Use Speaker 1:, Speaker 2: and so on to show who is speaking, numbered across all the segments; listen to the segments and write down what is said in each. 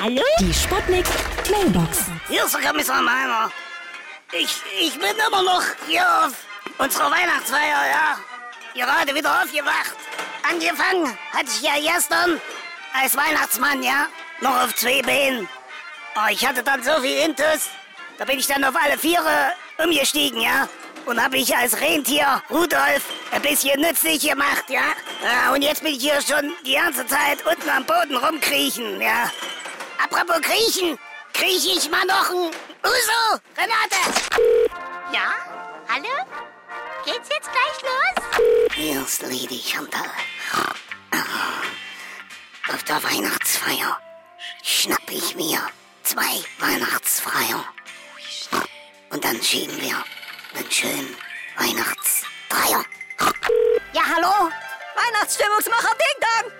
Speaker 1: Hallo?
Speaker 2: Die Sputnik Mailbox.
Speaker 3: Hier ist der Kommissar Meiner. Ich, ich bin immer noch hier auf unserer Weihnachtsfeier, ja. Gerade wieder aufgewacht. Angefangen hatte ich ja gestern als Weihnachtsmann, ja. Noch auf zwei Beinen. Aber ich hatte dann so viel Intus, da bin ich dann auf alle Viere umgestiegen, ja. Und habe ich als Rentier Rudolf ein bisschen nützlich gemacht, ja. ja. Und jetzt bin ich hier schon die ganze Zeit unten am Boden rumkriechen, ja. Apropos kriechen, kriech ich mal noch ein Uso, Renate.
Speaker 1: Ja? Hallo? Geht's jetzt gleich los?
Speaker 3: Hier ist Lady Chantal. Auf der Weihnachtsfeier schnapp ich mir zwei Weihnachtsfreier. Und dann schieben wir einen schönen Weihnachtsdreier.
Speaker 4: Ja, hallo? Weihnachtsstimmungsmacher Ding Dong!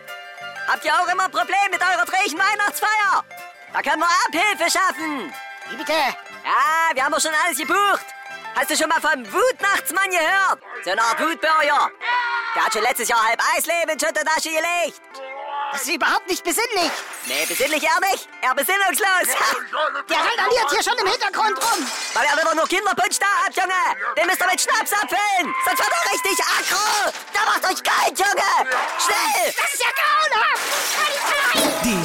Speaker 4: Habt ihr auch immer ein Problem mit eurer trägen Weihnachtsfeier? Da können wir Abhilfe schaffen!
Speaker 3: Wie bitte?
Speaker 4: Ja, wir haben doch schon alles gebucht. Hast du schon mal vom Wutnachtsmann gehört? So eine Art Wutbürger. Der hat schon letztes Jahr halb Eisleben in Schütteltasche gelegt.
Speaker 3: Das ist überhaupt nicht besinnlich.
Speaker 4: Nee, besinnlich er nicht. Er besinnungslos.
Speaker 3: Der randaliert hier schon im Hintergrund rum.
Speaker 4: Weil er immer nur Kinderpunsch da habt, Junge. Den müsst ihr mit Schnaps abfüllen. Sonst wird er richtig aggro. Der macht euch kalt, Junge. Schnell.
Speaker 1: Das ist ja grauenhaft!
Speaker 5: Die